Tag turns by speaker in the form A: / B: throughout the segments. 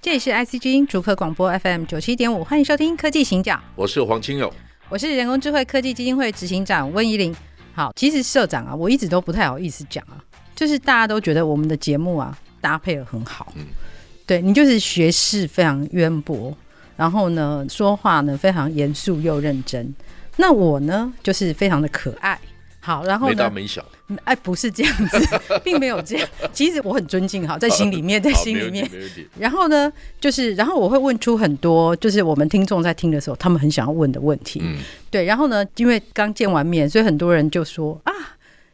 A: 这里是 ICG 逐客广播 FM 九七点五，欢迎收听科技行脚，
B: 我是黄清友。
A: 我是人工智慧科技基金会执行长温怡玲。好，其实社长啊，我一直都不太好意思讲啊，就是大家都觉得我们的节目啊搭配的很好，
B: 嗯
A: 对你就是学识非常渊博，然后呢说话呢非常严肃又认真，那我呢就是非常的可爱。好，然后
B: 没大
A: 呢？
B: 没小，
A: 哎，不是这样子， 并没有这样。其实我很尊敬，好，在心里面，在
B: 好，
A: 心
B: 没
A: 里
B: 问
A: 面
B: 题，。没问题。
A: 然后呢，就是然后我会问出很多，就是我们听众在听的时候，他们很想要问的问题。
B: 嗯，
A: 对，然后呢，因为刚见完面，所以很多人就说啊，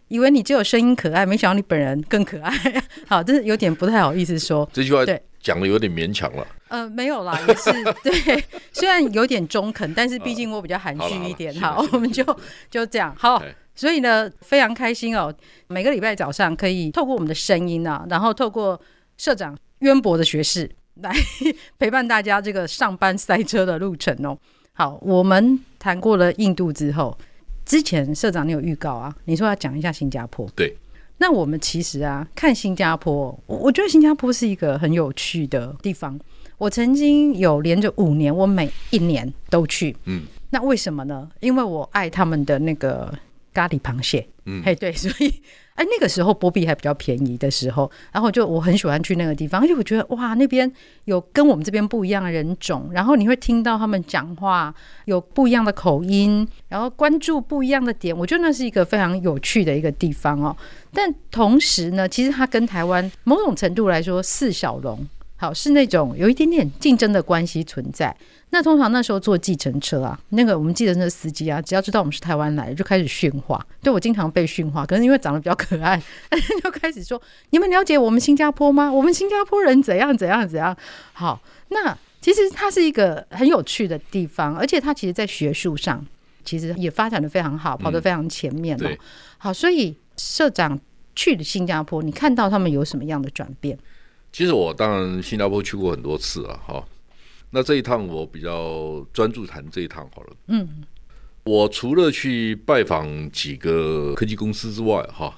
A: 以为你只有声音可爱，没想到你本人更可爱。 好，这是有点不太好意思说。
B: 这句话
A: 对
B: 讲的有点勉强了。
A: 呃，没有啦， 也是对，虽然有点中肯，但是毕竟我比较含
B: 嗯好
A: 蓄
B: 啦好啦
A: 一点。
B: 是的
A: 好
B: 是，的
A: 我们
B: 是
A: 就
B: 的
A: 就这样。好
B: 哎，
A: 所以呢，非常开心哦，每个礼拜早上可以透过我们的声音啊，然后透过社长渊博的学识来 陪伴大家这个上班塞车的路程哦。好，我们谈过了印度之后，之前社长你有预告啊，你说要讲一下新加坡。
B: 对。
A: 那我们其实啊，看新加坡，我我觉得新加坡是一个很有趣的地方。我曾经有连着五年，我每一年都去。
B: 嗯
A: 那为什么呢？因为我爱他们的那个咖喱螃蟹。
B: 嗯
A: 嘿，对， 所以哎，那个时候波比还比较便宜的时候，然后就我很喜欢去那个地方，而且我觉得哇，那边有跟我们这边不一样的人种，然后你会听到他们讲话有不一样的口音，然后关注不一样的点，我觉得那是一个非常有趣的一个地方哦。但同时呢，其实它跟台湾某种程度来说似小龙。好，是那种有一点点竞争的关系存在。那通常那时候坐计程车啊，那个我们计程车司机啊，只要知道我们是台湾来的，就开始训话。对我经常被训话，可能因为长得比较可爱， 就开始说：“你们了解我们新加坡吗？我们新加坡人怎样怎样怎样。”好，那其实它是一个很有趣的地方，而且它其实在学术上其实也发展的非常好，跑得非常前面了、
B: 对
A: 好，所以社长去了新加坡，你看到他们有什么样的转变？
B: 其实我当然新加坡去过很多次了哈。那这一趟我比较专注谈这一趟好了。嗯，我除了去拜访几个科技公司之外，哈，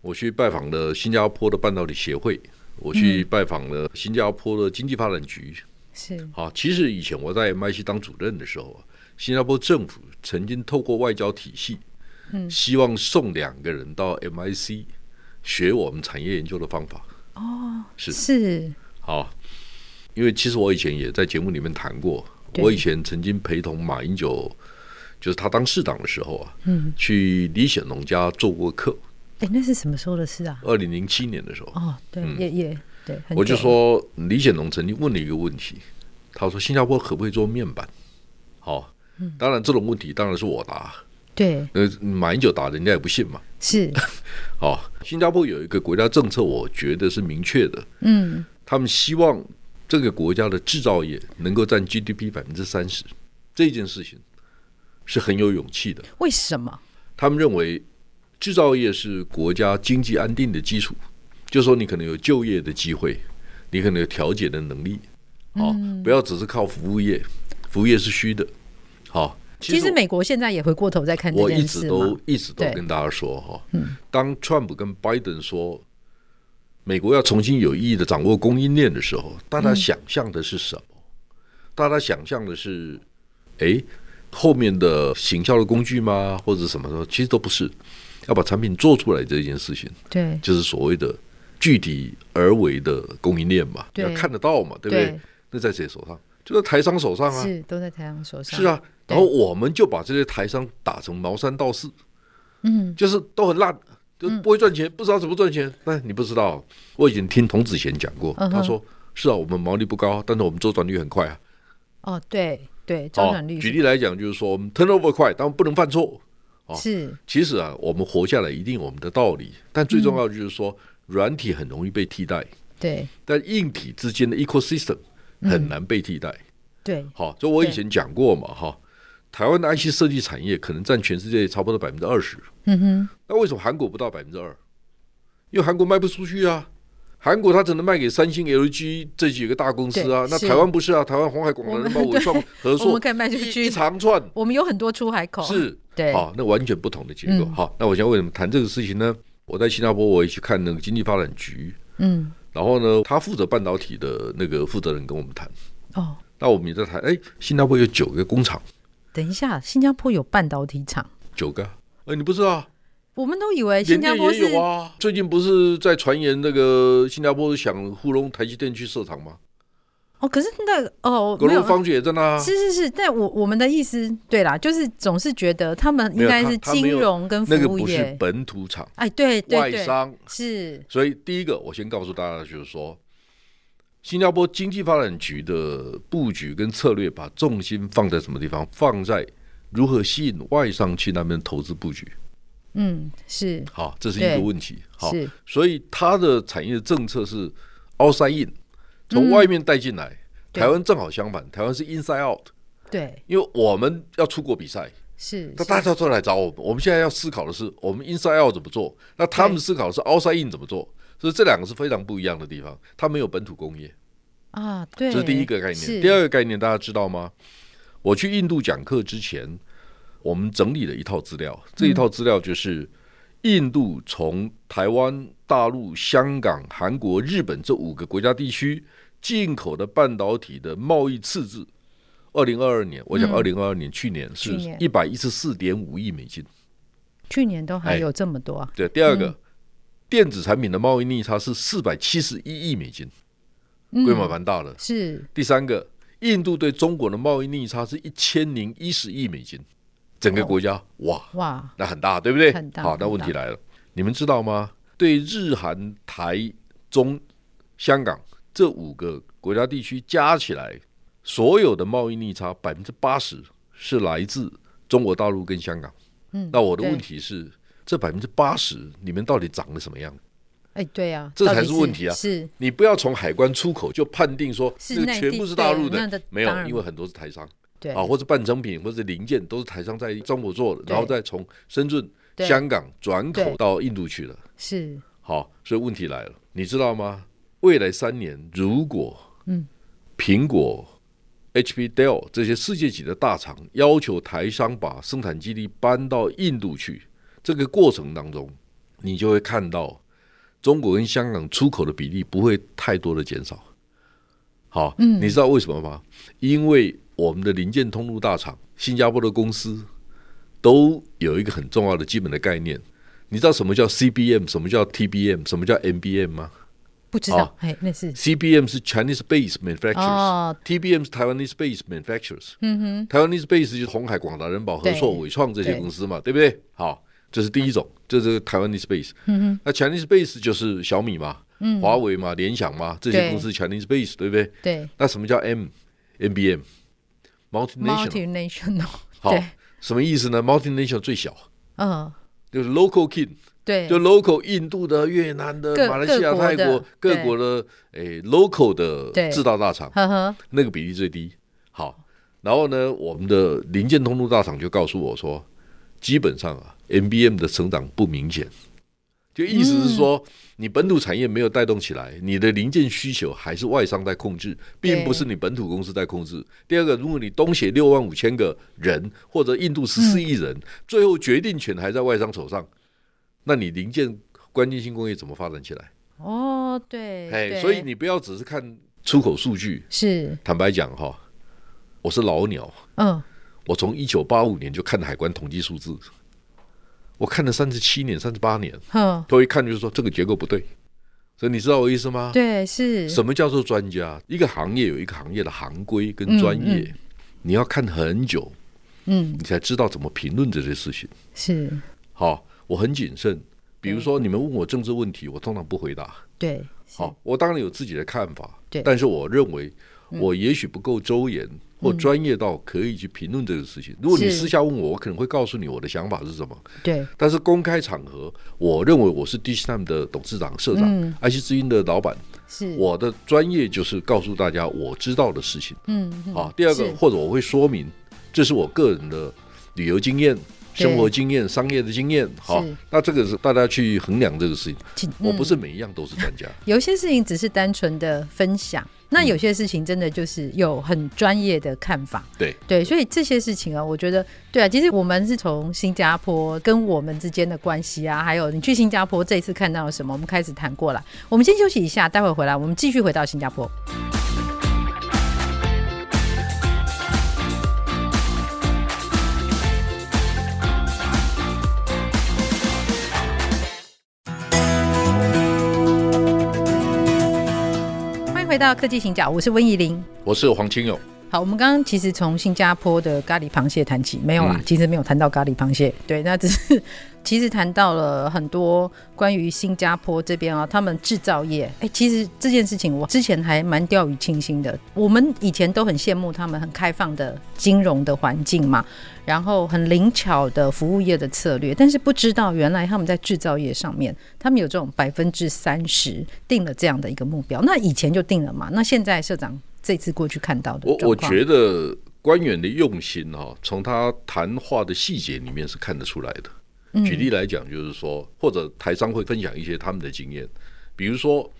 B: 我去拜访了新加坡的半导体协会，我
A: 嗯
B: 去拜访了新加坡的经济发展局，
A: 是
B: 好，其实以前我在 MIC 当主任的时候啊，新加坡政府曾经透过外交体系，嗯，希望送两个人到 MIC 学我们产业研究的方法。是
A: 是，
B: 好，因为其实我以前也在节目里面谈过，
A: 对
B: 我以前曾经陪同马英九，就是他当市长的时候啊，嗯，去李显龙家做过客。
A: 哎、那是什么时候的事啊？
B: 二零零七年的时候，
A: 哦，对，也也对，很
B: 嗯我就
A: 久
B: 说李显龙曾经问了一个问题，他说新加坡可不可以做面板？好，
A: 嗯
B: 当然这种问题当然是我答。
A: 对
B: 呃，马英九打人家也不信嘛。
A: 是，
B: 哦，新加坡有一个国家政策，我觉得是明确的，
A: 嗯，
B: 他们希望这个国家的制造业能够占 GDP 百分之三十，这件事情是很有勇气的。
A: 为什么？
B: 他们认为制造业是国家经济安定的基础，就说你可能有就业的机会，你可能有调节的能力，好、
A: 嗯
B: 不要只是靠服务业，服务业是虚的，好、
A: 其实
B: 我
A: 美国现在也回过头在看这
B: 我一
A: 件
B: 直
A: 事
B: 都
A: 嘛。
B: 一直都
A: 对嗯
B: 跟大家说哈，当川普跟拜登说美国要重新有意义的掌握供应链的时候，大
A: 嗯
B: 家想象的是什么？大家想象的是，诶，后面的行销的工具吗？或者什么的？其实都不是，要把产品做出来这件事情，
A: 对
B: 就是所谓的具体而为的供应链嘛，
A: 对
B: 要看得到嘛，对不对？那在谁手上？就在台商手上啊。
A: 是都在太阳手上。
B: 是，啊，
A: 对
B: 然后我们就把这些台商打成茅山道士，嗯，就是都很烂，就是
A: 嗯
B: 不会赚钱，不知道怎么赚钱。那你不知道，我已经听童子贤讲过，
A: 嗯哼
B: 他说是啊，我们毛利不高，但是我们周转率很快啊。哦
A: 哦，对对，周转率
B: 举例来讲，就是说我们 turnover 快，但我们不能犯错。哦
A: 是嗯
B: 其实啊，我们活下来一定有我们的道理，但最重要的就是说，软体很容易被替代，
A: 对
B: 但硬体之间的 ecosystem
A: 嗯
B: 很难被替代。
A: 对
B: 好，这我以
A: 对
B: 前讲过嘛，哈，台湾的 IC 设计产业可能占全世界差不多百分之二十。
A: 嗯哼，
B: 那为什么韩国不到百分之二？因为韩国卖不出去啊，韩国它只能卖给三星、LG 这几个大公司啊。
A: 对
B: 那
A: 是
B: 台湾不是啊，台湾红海、广
A: 我
B: 南
A: 们
B: 帮我创合
A: 我
B: 作
A: 们，可以卖出
B: 一
A: 去
B: 一。长串
A: 我们有很多出海口，
B: 是哦
A: 对，
B: 好，那完全不同的结构。
A: 嗯
B: 好，那我想为什么谈这个事情呢？我在新加坡，我也去看那个经济发展局，
A: 嗯，
B: 然后呢，他负责半导体的那个负责人跟我们谈。
A: 哦，
B: 那我们也在谈，哎，新加坡有九个工厂，
A: 等一下，新加坡有半导体厂，
B: 九个啊，哎，你不知道？
A: 我们都以为
B: 缅
A: 哎新加
B: 甸
A: 坡
B: 也
A: 是
B: 有啊。最近不是在传言那个新加坡想糊弄台积电去设厂吗？
A: 哦，可是那个哦，
B: 格
A: 没
B: 隆
A: 有，
B: 方局也在那啊。
A: 是是是，但我我们的意思，对啦，就是总是觉得他们应该
B: 没有
A: 是
B: 他他没
A: 金
B: 有
A: 融跟服
B: 那个
A: 务
B: 不是
A: 业，
B: 本土厂，
A: 哎，对对
B: 外
A: 对，
B: 商。
A: 是，
B: 所以第一个，我先告诉大家，就是说，新加坡经济发展局的布局跟策略，把重心放在什么地方？放在如何吸引外商去那边投资布局。
A: 嗯，是
B: 好，这是一个
A: 对
B: 问题。好，
A: 是，
B: 所以它的产业政策是 outside in，从外面带进来。
A: 嗯对
B: 台湾正好相反，台湾是 inside out，
A: 对，
B: 因为我们要出国比赛，
A: 是
B: 那
A: 是
B: 大家都来找我们。我们现在要思考的是，我们 inside out 怎么做？那他们
A: 对
B: 思考的是 outside in 怎么做？所以这两个是非常不一样的地方。它没有本土工业，
A: 啊，对，
B: 这是第一个概念。
A: 是
B: 第二个概念大家知道吗？我去印度讲课之前，我们整理了一套资料，这一套
A: 嗯
B: 资料就是印度从台湾、大陆、香港、韩国、日本这五个国家地区进口的半导体的贸易赤字。二零二二年，我讲二零二二年，去年是
A: 嗯去年
B: 一百一十四点五亿美金。
A: 去年都还
B: 哎
A: 有这么多啊，
B: 对，第二个、电子产品的贸易逆差是四百七十一亿美金，规模蛮大的。
A: 嗯是
B: 第三个，印度对中国的贸易逆差是一千零一十亿美金，整个国家、哇，
A: 哇，
B: 那很大，对不对？
A: 很大
B: 好，
A: 很大
B: 那问题来了，你们知道吗？对日韩台中香港这五个国家地区加起来，所有的贸易逆差百分之八十是来自中国大陆跟香港。
A: 嗯，
B: 那我的
A: 对
B: 问题是，这百分之八十你们到底长得什么样？
A: 哎，对啊，
B: 这
A: 到
B: 才
A: 底
B: 是
A: 是
B: 问题啊
A: 是
B: 你不要从海关出口就判定说
A: 是
B: 这个
A: 内
B: 全
A: 地
B: 部是大陆
A: 对那
B: 的
A: 的，
B: 没有
A: 当，然
B: 因为很多是台商
A: 对
B: 啊，或者半成品或者零件都是台商在中国做的，
A: 对
B: 然后再从深圳、
A: 对
B: 香港转口
A: 对
B: 到印度去了。
A: 是
B: 好，所以问题来了，你知道吗？未来三年，如果
A: 嗯，
B: 苹果、HP、Dell 这些世界级的大厂要求台商把生产基地搬到印度去，这个过程当中，你就会看到中国跟香港出口的比例不会太多的减少。好，你知道为什么吗？因为我们的零件通路大厂，新加坡的公司都有一个很重要的基本的概念。你知道什么叫 CBM，什么叫 TBM，什么叫 MBM 吗
A: 不知
B: 好
A: 道，哎，那是
B: ？CBM 是 Chinese based manufacturers，、
A: 哦，
B: TBM 是 Taiwanese based manufacturers，嗯哼，Taiwanese based 就是红海、广达、人保、合硕、
A: 对
B: 伟创这些公司嘛，对不对？好，这是第一种，这是 Taiwanese based。嗯哼，那 Chinese based 就是小米嘛，嗯，华为嘛、联想嘛，这些
A: 对
B: 公司 Chinese based，对不对？
A: 对
B: 那什么叫 M？MBM，multinational，
A: ，multinational，
B: 好
A: 对，
B: 什么意思呢？multinational 最小，
A: 嗯，
B: 就是 local king，
A: 对，
B: 就 local 印度的、越南的
A: 各、
B: 马来西亚、
A: 各国
B: 泰
A: 的
B: 国各
A: 对
B: 国的诶 local 的
A: 对
B: 制造大厂。
A: 呵呵，
B: 那个比例最低。好，然后呢，我们的零件通路大厂就告诉我说，基本上啊，MBM 的成长不明显，就意思是说，你本土产业没有带动起来，你的零件需求还是外商在控制，并
A: 对
B: 不是你本土公司在控制。第二个，如果你东协六万五千个人或者印度十四亿人，最后决定权还在外商手上，那你零件关键性工业怎么发展起来？
A: 哦，对，
B: 哎，
A: 对
B: 所以你不要只是看出口数据，
A: 是，
B: 坦白讲哈，我是老鸟，
A: 嗯，
B: 我从一九八五年就看海关统计数字，我看了三十七年、三十八年，
A: 哼，
B: 都一看就是说这个结构不对，所以你知道我意思吗？
A: 对，是，
B: 什么叫做专家？一个行业有一个行业的行规跟专业，
A: 嗯
B: 你要看很久，
A: 嗯，
B: 你才知道怎么评论这些事情。
A: 是，
B: 好，我很谨慎。比如说，你们问我政治问题，我通常不回答。
A: 对，是
B: 好，我当然有自己的看法
A: 对，嗯
B: 但是我认为我也许不够周延，或专业到可以去评论这个事情。如果你
A: 是
B: 私下问我，我可能会告诉你我的想法是什么。
A: 对，
B: 但是公开场合，我认为我是 d i s t i m 的董事长、社长，
A: 嗯
B: 爱惜之音的老板，
A: 是，
B: 我的专业就是告诉大家我知道的事情。
A: 嗯嗯
B: 啊，第二
A: 是
B: 个或者我会说明，这是我个人的旅游经验、
A: 对
B: 生活经验、商业的经验。好
A: 是，
B: 那这个是大家去衡量这个事情。
A: 请
B: 我不
A: 嗯
B: 是每一样都是专家，
A: 有些事情只是单纯的分享，那有些事情真的就是有很专业的看法。
B: 对
A: 对，所以这些事情啊，我觉得对啊，其实我们是从新加坡跟我们之间的关系啊，还有你去新加坡这一次看到了什么，我们开始谈过来。我们先休息一下，待会回来我们继续回到新加坡。欢迎回到科技行脚，我是温怡玲。
B: 我是黄清勇。
A: 好，我们刚刚其实从新加坡的咖喱螃蟹谈起，没有啦，
B: 嗯
A: 其实没有谈到咖喱螃蟹，对，那只是其实谈到了很多关于新加坡这边啊，他们制造业，哎、其实这件事情我之前还蛮掉以轻心的，我们以前都很羡慕他们很开放的金融的环境嘛，然后很灵巧的服务业的策略，但是不知道原来他们在制造业上面，他们有这种百分之三十定了这样的一个目标，那以前就定了嘛，那现在社长。这次过去看到的
B: 我我
A: 状况
B: 觉得官员的用心哈、从他谈话的细节里面是看得出来的。
A: 嗯
B: 举例来讲，就是说，或者台商会分享一些他们的经验，比如说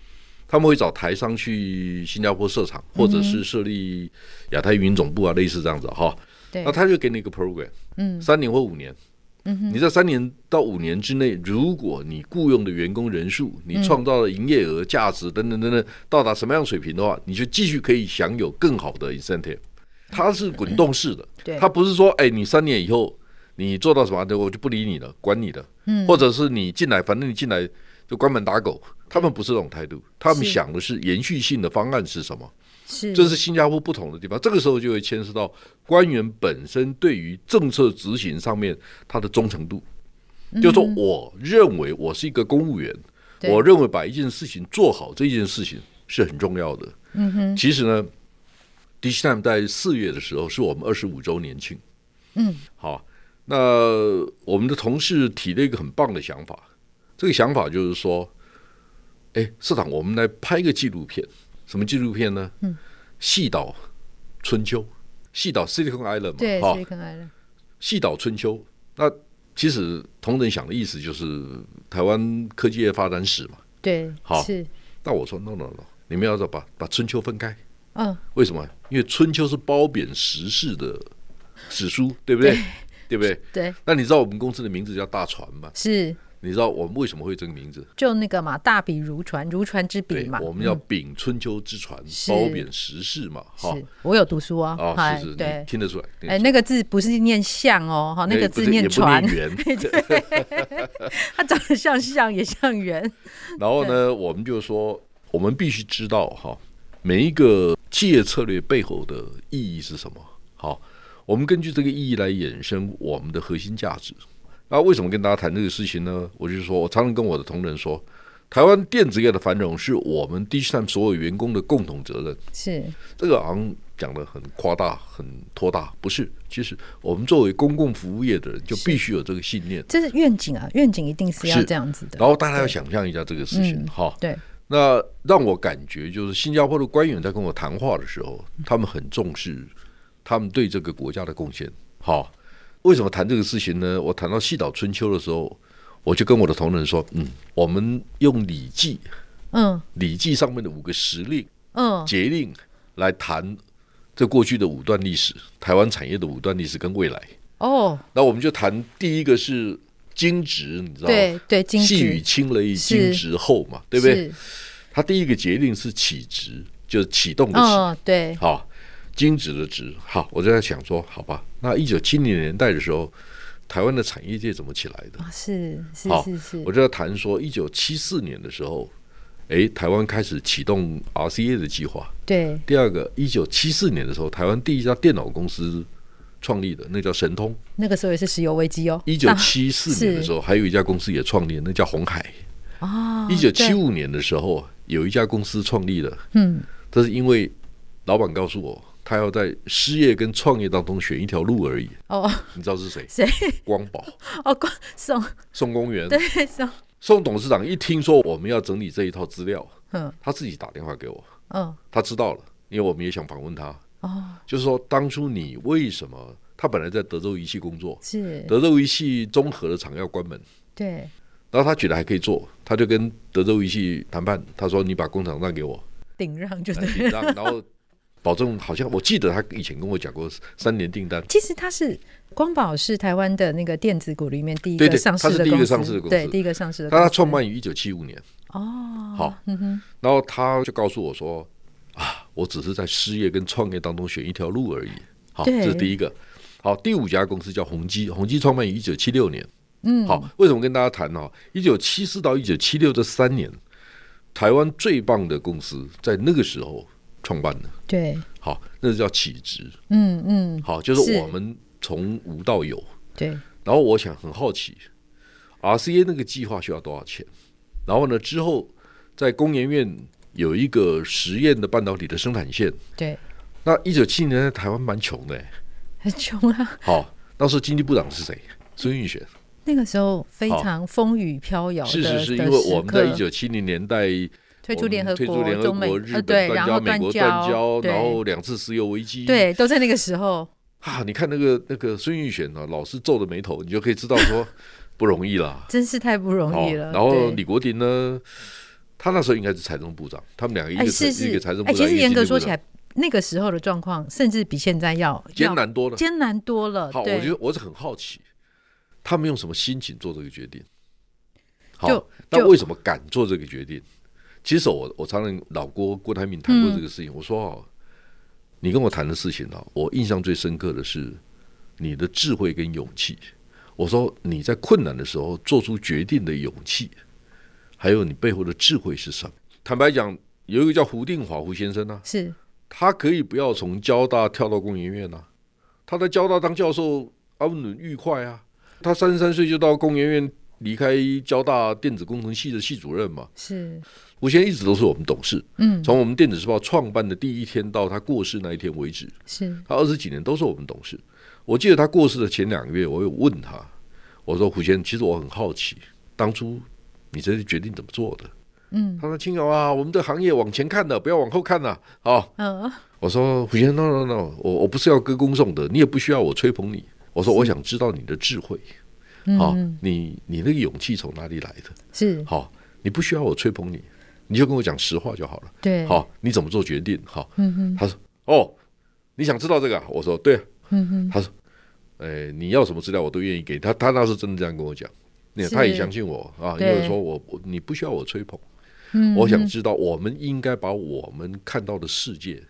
B: 他们会找台商去新加坡设厂，或者是设立亚太云总部啊，类似这样子哈、
A: 对，
B: 那他就给你一个 program，嗯，三年或五年，嗯，你在三年到五年之内，如果你雇佣的员工人数，你创造的营业额、价值等等等等，到达什么样的水平的话，你就继续可以享有更好的 incentive。它是滚动式的，
A: 对
B: 它不是说，哎，你三年以后你做到什么，我就不理你了，管你的，嗯，或者是你进来，反正你进来就关门打狗。他们不是这种态度，他们
A: 是
B: 想的是延续性的方案是什么？
A: 是
B: 这是新加坡不同的地方。这个时候就会牵涉到官员本身对于政策执行上面他的忠诚度，就是说，我认为我是一个公务员，
A: 对
B: 我认为把一件事情做好这件事情是很重要的。嗯哼，其实呢 d i s h Time 在四月的时候是我们二十五周年庆。
A: 嗯，
B: 好，那我们的同事提了一个很棒的想法，这个想法就是说，哎，社长，我们来拍一个纪录片，什么纪录片呢？嗯，细岛春秋，细岛 Silicon Island 嘛，
A: 对，
B: 哈
A: 所以可爱了，
B: 细岛春秋。那其实同仁想的意思就是台湾科技业发展史嘛。
A: 对，
B: 好
A: 是，
B: 那我说 no no no，你们要把把春秋分开，
A: 嗯，
B: 为什么？因为春秋是褒贬时事的史书，对 不对？对不对？
A: 对，
B: 那你知道我们公司的名字叫大船吗？
A: 是，
B: 你知道我们为什么会这个名字？
A: 就那个嘛，大笔如船，如船之笔
B: 对
A: 嘛，，嗯
B: 我们要秉春秋之传，
A: 是
B: 褒贬时事嘛，哈
A: 是，我有读书啊，
B: 啊，
A: 嗨
B: 是是，你
A: 对。
B: 听得出来？听得
A: 哎，
B: 出来
A: 那个字不是念像哦，哈，那
B: 哎
A: 个
B: 不
A: 字
B: 是也
A: 念
B: 不
A: 船，
B: 圆
A: 它长得像像也像人，
B: 然后呢，我们就说，我们必须知道哈，每一个企业策略背后的意义是什么。好，我们根据这个意义来衍生我们的核心价值。那为什么跟大家谈这个事情呢？我就说，我常常跟我的同仁说，台湾电子业的繁荣是我们 d i g i 所有员工的共同责任。
A: 是
B: 这个好像讲的很夸大、很托大，不是？其实我们作为公共服务业的人，就必须有这个信念。
A: 这是愿景啊，愿景一定是要
B: 是
A: 这样子的，
B: 然后大家要想象一下这个事情，
A: 嗯
B: 哈、
A: 对，
B: 那让我感觉就是新加坡的官员在跟我谈话的时候，他们很重视他们对这个国家的贡献。好，为什么谈这个事情呢？我谈到细岛春秋的时候，我就跟我的同仁说，嗯，我们用《礼记》《
A: 嗯
B: 礼记》上面的五个时令、
A: 嗯，
B: 节令来谈这过去的五段历史，台湾产业的五段历史跟未来。
A: 哦，
B: 那我们就谈第一个是经值，你知道吗？
A: 对对，金
B: 细雨
A: 句
B: 清雷，
A: 是
B: 经值后嘛，对不对？？
A: 是
B: 它第一个节令是起值，就是启动的起，
A: 嗯，对，
B: 好，金值的值。好，我就在想说，好吧，那一九七零年代的时候，台湾的产业界怎么起来的？
A: 啊是是
B: 好
A: 是是
B: 我，就在谈说，一九七四年的时候，诶，台湾开始启动 RCA 的计划。
A: 对，
B: 第二个，一九七四年的时候，台湾第一家电脑公司创立的，那叫神通。
A: 那个时候也是石油危机哦，
B: 一九七四年的时候，还有一家公司也创立，那叫红海。
A: 啊，
B: 一九七
A: 对，
B: 五年的时候，有一家公司创立了，
A: 嗯，
B: 这是因为老板告诉我，他要在失业跟创业当中选一条路而已。
A: 哦
B: 你知道是谁？
A: 谁？
B: 光 宝、
A: 哦，光送
B: 宋公元、
A: 对送，
B: 宋董事长一听说我们要整理这一套资料，
A: 嗯
B: 他自己打电话给我，
A: 嗯
B: 他知道了，因为我们也想访问他，
A: 哦，
B: 就是说当初你为什么？他本来在德州仪器工作，
A: 是，
B: 德州仪器综合的厂要关门，
A: 对，
B: 然后他觉得还可以做，他就跟德州仪器谈判，他说你把工厂让给我，
A: 顶让就
B: 来
A: 对。
B: 哎顶让，然后保证好像我记得他以前跟我讲过三年订单，
A: 其实它是光宝是台湾的那个电子股里面第一
B: 对
A: 个
B: 对
A: 上市
B: 它
A: 的
B: 是第一个
A: 公司，
B: 上市的公司
A: 对，第一个上市的公
B: 但
A: 司。
B: 他创办于一九七五年，
A: 哦，
B: 好，
A: 嗯哼，
B: 然后他就告诉我说啊，我只是在失业跟创业当中选一条路而已，好，
A: 对
B: 这是第一个。好，第五家公司叫宏基，宏基创办于一九七六年。
A: 嗯，
B: 好，为什么跟大家谈呢？一九七四到一九七六这三年，台湾最棒的公司在那个时候创办的。
A: 对，
B: 好，那叫起职。
A: 嗯嗯，
B: 好，就是
A: 是
B: 我们从无到有。
A: 对，
B: 然后我想很好奇，RCA 那个计划需要多少钱？然后呢，之后在工研院有一个实验的半导体的生产线。
A: 对，
B: 那一九七零年代台湾蛮穷的、欸，
A: 很穷啊。
B: 好，那时候经济部长是谁？孙运璇。
A: 那个时候非常风雨飘摇的，
B: 是是是，
A: 的
B: 因为我们在
A: 时
B: 一
A: 刻
B: 九七零年代
A: 退出联合
B: 退出
A: 国、
B: 联合
A: 中美
B: 国，日
A: 呃
B: 本
A: 对，
B: 断
A: 然
B: 交，
A: 后
B: 美
A: 断
B: 国断交，
A: 对
B: 然后两次石油危机，
A: 对，都在那个时候，
B: 啊，你看那个那个孙运璇呢、老是皱着眉头，你就可以知道说 不容易啦。
A: 真是太不容易了。
B: 哦然后
A: 对
B: 李国鼎呢，他那时候应该是财政部长，他们两个一
A: 哎，
B: 个财、
A: 是是，
B: 一个财政部
A: 哎，
B: 长，
A: 其实
B: 一个
A: 严格
B: 经济
A: 说
B: 部
A: 起
B: 长
A: 来，那个时候的状况，甚至比现在要
B: 艰
A: 要
B: 难多了。
A: 艰难多了。
B: 好，我
A: 对
B: 觉得我是很好奇，他们用什么心情做这个决定？好
A: 就，
B: 那
A: 就
B: 为什么敢做这个决定？其实我我常常老郭郭台铭谈过
A: 嗯
B: 这个事情，我说哦，你跟我谈的事情啊，我印象最深刻的是你的智慧跟勇气。我说你在困难的时候做出决定的勇气，还有你背后的智慧是什么？坦白讲，有一个叫胡定华胡先生啊，
A: 是
B: 他可以不要从交大跳到工研院啊，他在交大当教授安稳愉快啊。他三十三岁就到工研院离开交大电子工程系的系主任嘛。
A: 是，
B: 吴先生一直都是我们董事，
A: 嗯，
B: 从我们电子时报创办的第一天到他过世那一天为止，
A: 是
B: 他二十几年都是我们董事。我记得他过世的前两个月，我有问他，我说胡先生，其实我很好奇，当初你这是决定怎么做的？
A: 嗯，
B: 他说：“青友啊，我们这行业往前看的，不要往后看了。好，
A: 嗯，
B: 我说胡先生，no no no，我我不是要歌功颂德，你也不需要我吹捧你。我说我想知道你的智慧，好、
A: 嗯，
B: 你你那个勇气从哪里来的？
A: 是
B: 好、你不需要我吹捧你，你就跟我讲实话就好了。
A: 对，
B: 好、你怎么做决定？好、
A: 嗯哼，
B: 他说哦，你想知道这个啊？我说对啊。
A: 嗯哼，
B: 他说，呃，你要什么资料我都愿意给他。他那时候真的这样跟我讲，那
A: 是
B: 他也相信我啊，因
A: 对
B: 为说我我你不需要我吹捧。
A: 嗯
B: 我想知道，我们应该把我们看到的世界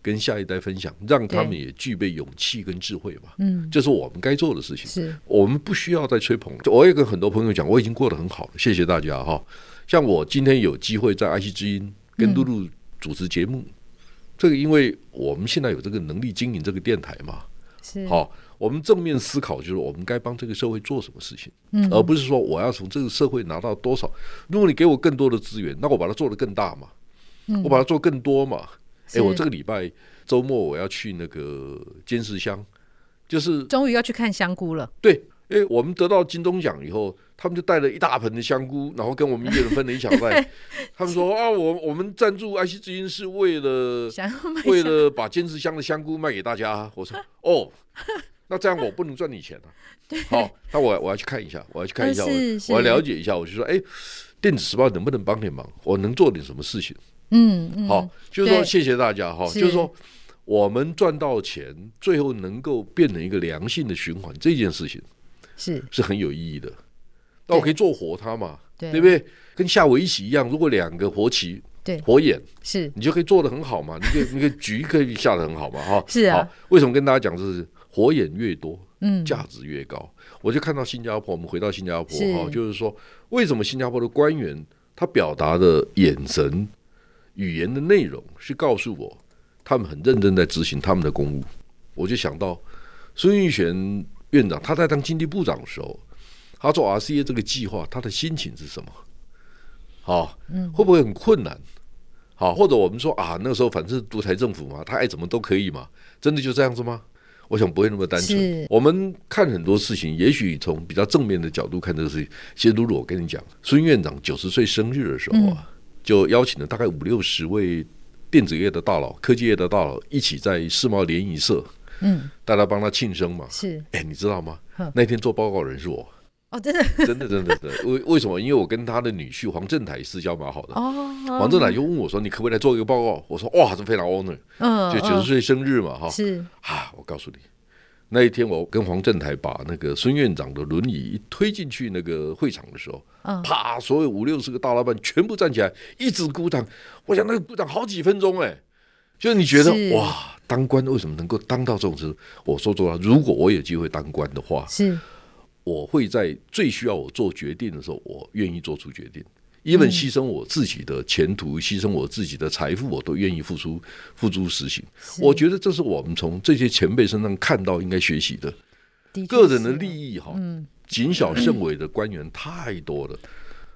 B: 跟下一代分享，让他们
A: 对
B: 也具备勇气跟智慧嘛。
A: 嗯，
B: 这是我们该做的事情，
A: 是
B: 我们不需要再吹捧了。我也跟很多朋友讲，我已经过得很好了，谢谢大家哈。像我今天有机会在爱惜之音跟露露主持节目，这个因为我们现在有这个能力经营这个电台嘛，
A: 是，
B: 好，我们正面思考就是我们该帮这个社会做什么事情，而不是说我要从这个社会拿到多少。如果你给我更多的资源，那我把它做得更大嘛，我把它做更多嘛。诶，
A: 是
B: 我这个礼拜周末我要去那个尖石乡，就是
A: 终于要去看香菇了，
B: 对，诶，我们得到金钟奖以后，他们就带了一大盆的香菇，然后跟我们一人分了一小 袋。他们说啊，我我们赞助爱惜之音是为了
A: 想要买
B: 为
A: 香
B: 了把坚持香的香菇卖给大家，我说哦，那这样我不能赚你钱啊。好，那我我要去看一下，我要去看一下，
A: 呃
B: 我
A: 是是
B: 我要了解一下。我就说，哎，电子时报能不能帮点忙？我能做点什么事情？
A: 嗯嗯，
B: 好，就是说
A: 对
B: 谢谢大家哈，
A: 是
B: 就是说我们赚到钱，最后能够变成一个良性的循环，这件事情
A: 是
B: 是很有意义的。那我可以做活它嘛，
A: 对
B: 对不对？跟下围棋一样，如果两个活棋
A: 对
B: 活眼，
A: 是
B: 你就可以 做得很好嘛，你个那个局可以下得很好嘛，哈。
A: 是啊
B: 好。为什么跟大家讲就是火眼越多，
A: 嗯
B: 价值越高？我就看到新加坡，我们回到新加坡
A: 是
B: 哈，就是说为什么新加坡的官员他表达的眼神、语言的内容是告诉我他们很认真在执行他们的公务。我就想到孙运璇院长，他在当经济部长的时候，他啊做 RCA 啊
A: 嗯
B: 这个计划，他的心情是什么？好、会不会很困难？好，或者我们说啊，那个时候反正是独裁政府嘛，他爱怎么都可以嘛，真的就这样子吗？我想不会那么单
A: 是
B: 纯。我们看很多事情，也许从比较正面的角度看这个事情。其实，如果我跟你讲，孙院长九十岁生日的时候
A: 嗯
B: 啊，就邀请了大概五六十位电子业的大佬、科技业的大佬一起在世贸联谊社，
A: 嗯，
B: 大家帮他庆生嘛。
A: 是
B: 哎，你知道吗
A: 哼？
B: 那天做报告的人是我，
A: 哦，真的
B: 真的，真的，真的。为为什么？因为我跟他的女婿黄正台私交蛮好的。
A: 哦，
B: 黄正台就问我说：“你可不可以来做一个报告？”我说：“哇，这非常 honor，
A: 嗯，
B: 就九十
A: 嗯
B: 岁生日嘛，哈。”
A: 是
B: 啊，我告诉你，那一天我跟黄正台把那个孙院长的轮椅一推进去那个会场的时候，
A: 嗯
B: 啪，所有五六十个大老板全部站起来，一直鼓掌。我想那个鼓掌好几分钟哎、就是你觉得
A: 是
B: 哇，当官为什么能够当到这种程度？我说实话，如果我有机会当官的话，
A: 是
B: 我会在最需要我做决定的时候，我愿意做出决定。因
A: 嗯
B: 为牺牲我自己的前途，牺牲我自己的财富，我都愿意付出付诸实行。
A: 是
B: 我觉得这是我们从这些前辈身上看到应该学习的。
A: 的确
B: 个人的
A: 是啊嗯
B: 利益哈，谨小慎微的官员太多了。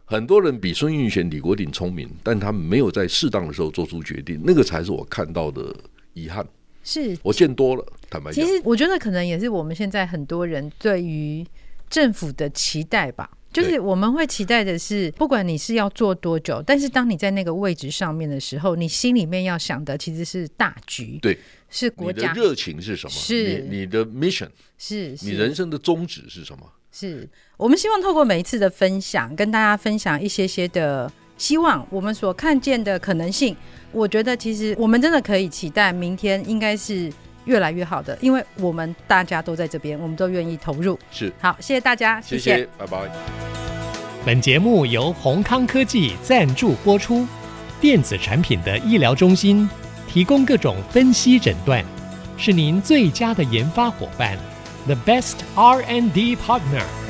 B: 很多人比孙运璇、李国鼎聪明，但他们没有在适当的时候做出决定，那个才是我看到的遗憾。
A: 是
B: 我见多了，坦白
A: 其
B: 讲，
A: 实我觉得可能也是我们现在很多人对于政府的期待吧。就是
B: 对
A: 我们会期待的是，不管你是要做多久，但是当你在那个位置上面的时候，你心里面要想的其实是大局，
B: 对
A: 是国
B: 你的
A: 家，
B: 热情是什么？
A: 是
B: 你你的 mission，
A: 是
B: 你
A: 是
B: 人生的宗旨是什么？
A: 是我们希望透过每一次的分享，跟大家分享一些些的希望，我们所看见的可能性。我觉得其实我们真的可以期待明天应该是越来越好的，因为我们大家都在这边，我们都愿意投入。
B: 是，
A: 好，谢谢大家，
B: 谢
A: 谢
B: 谢，拜拜。
C: 本节目由宏康科技赞助播出。电子产品的医疗中心提供各种分析诊断，是您最佳的研发伙伴，The best R&D partner。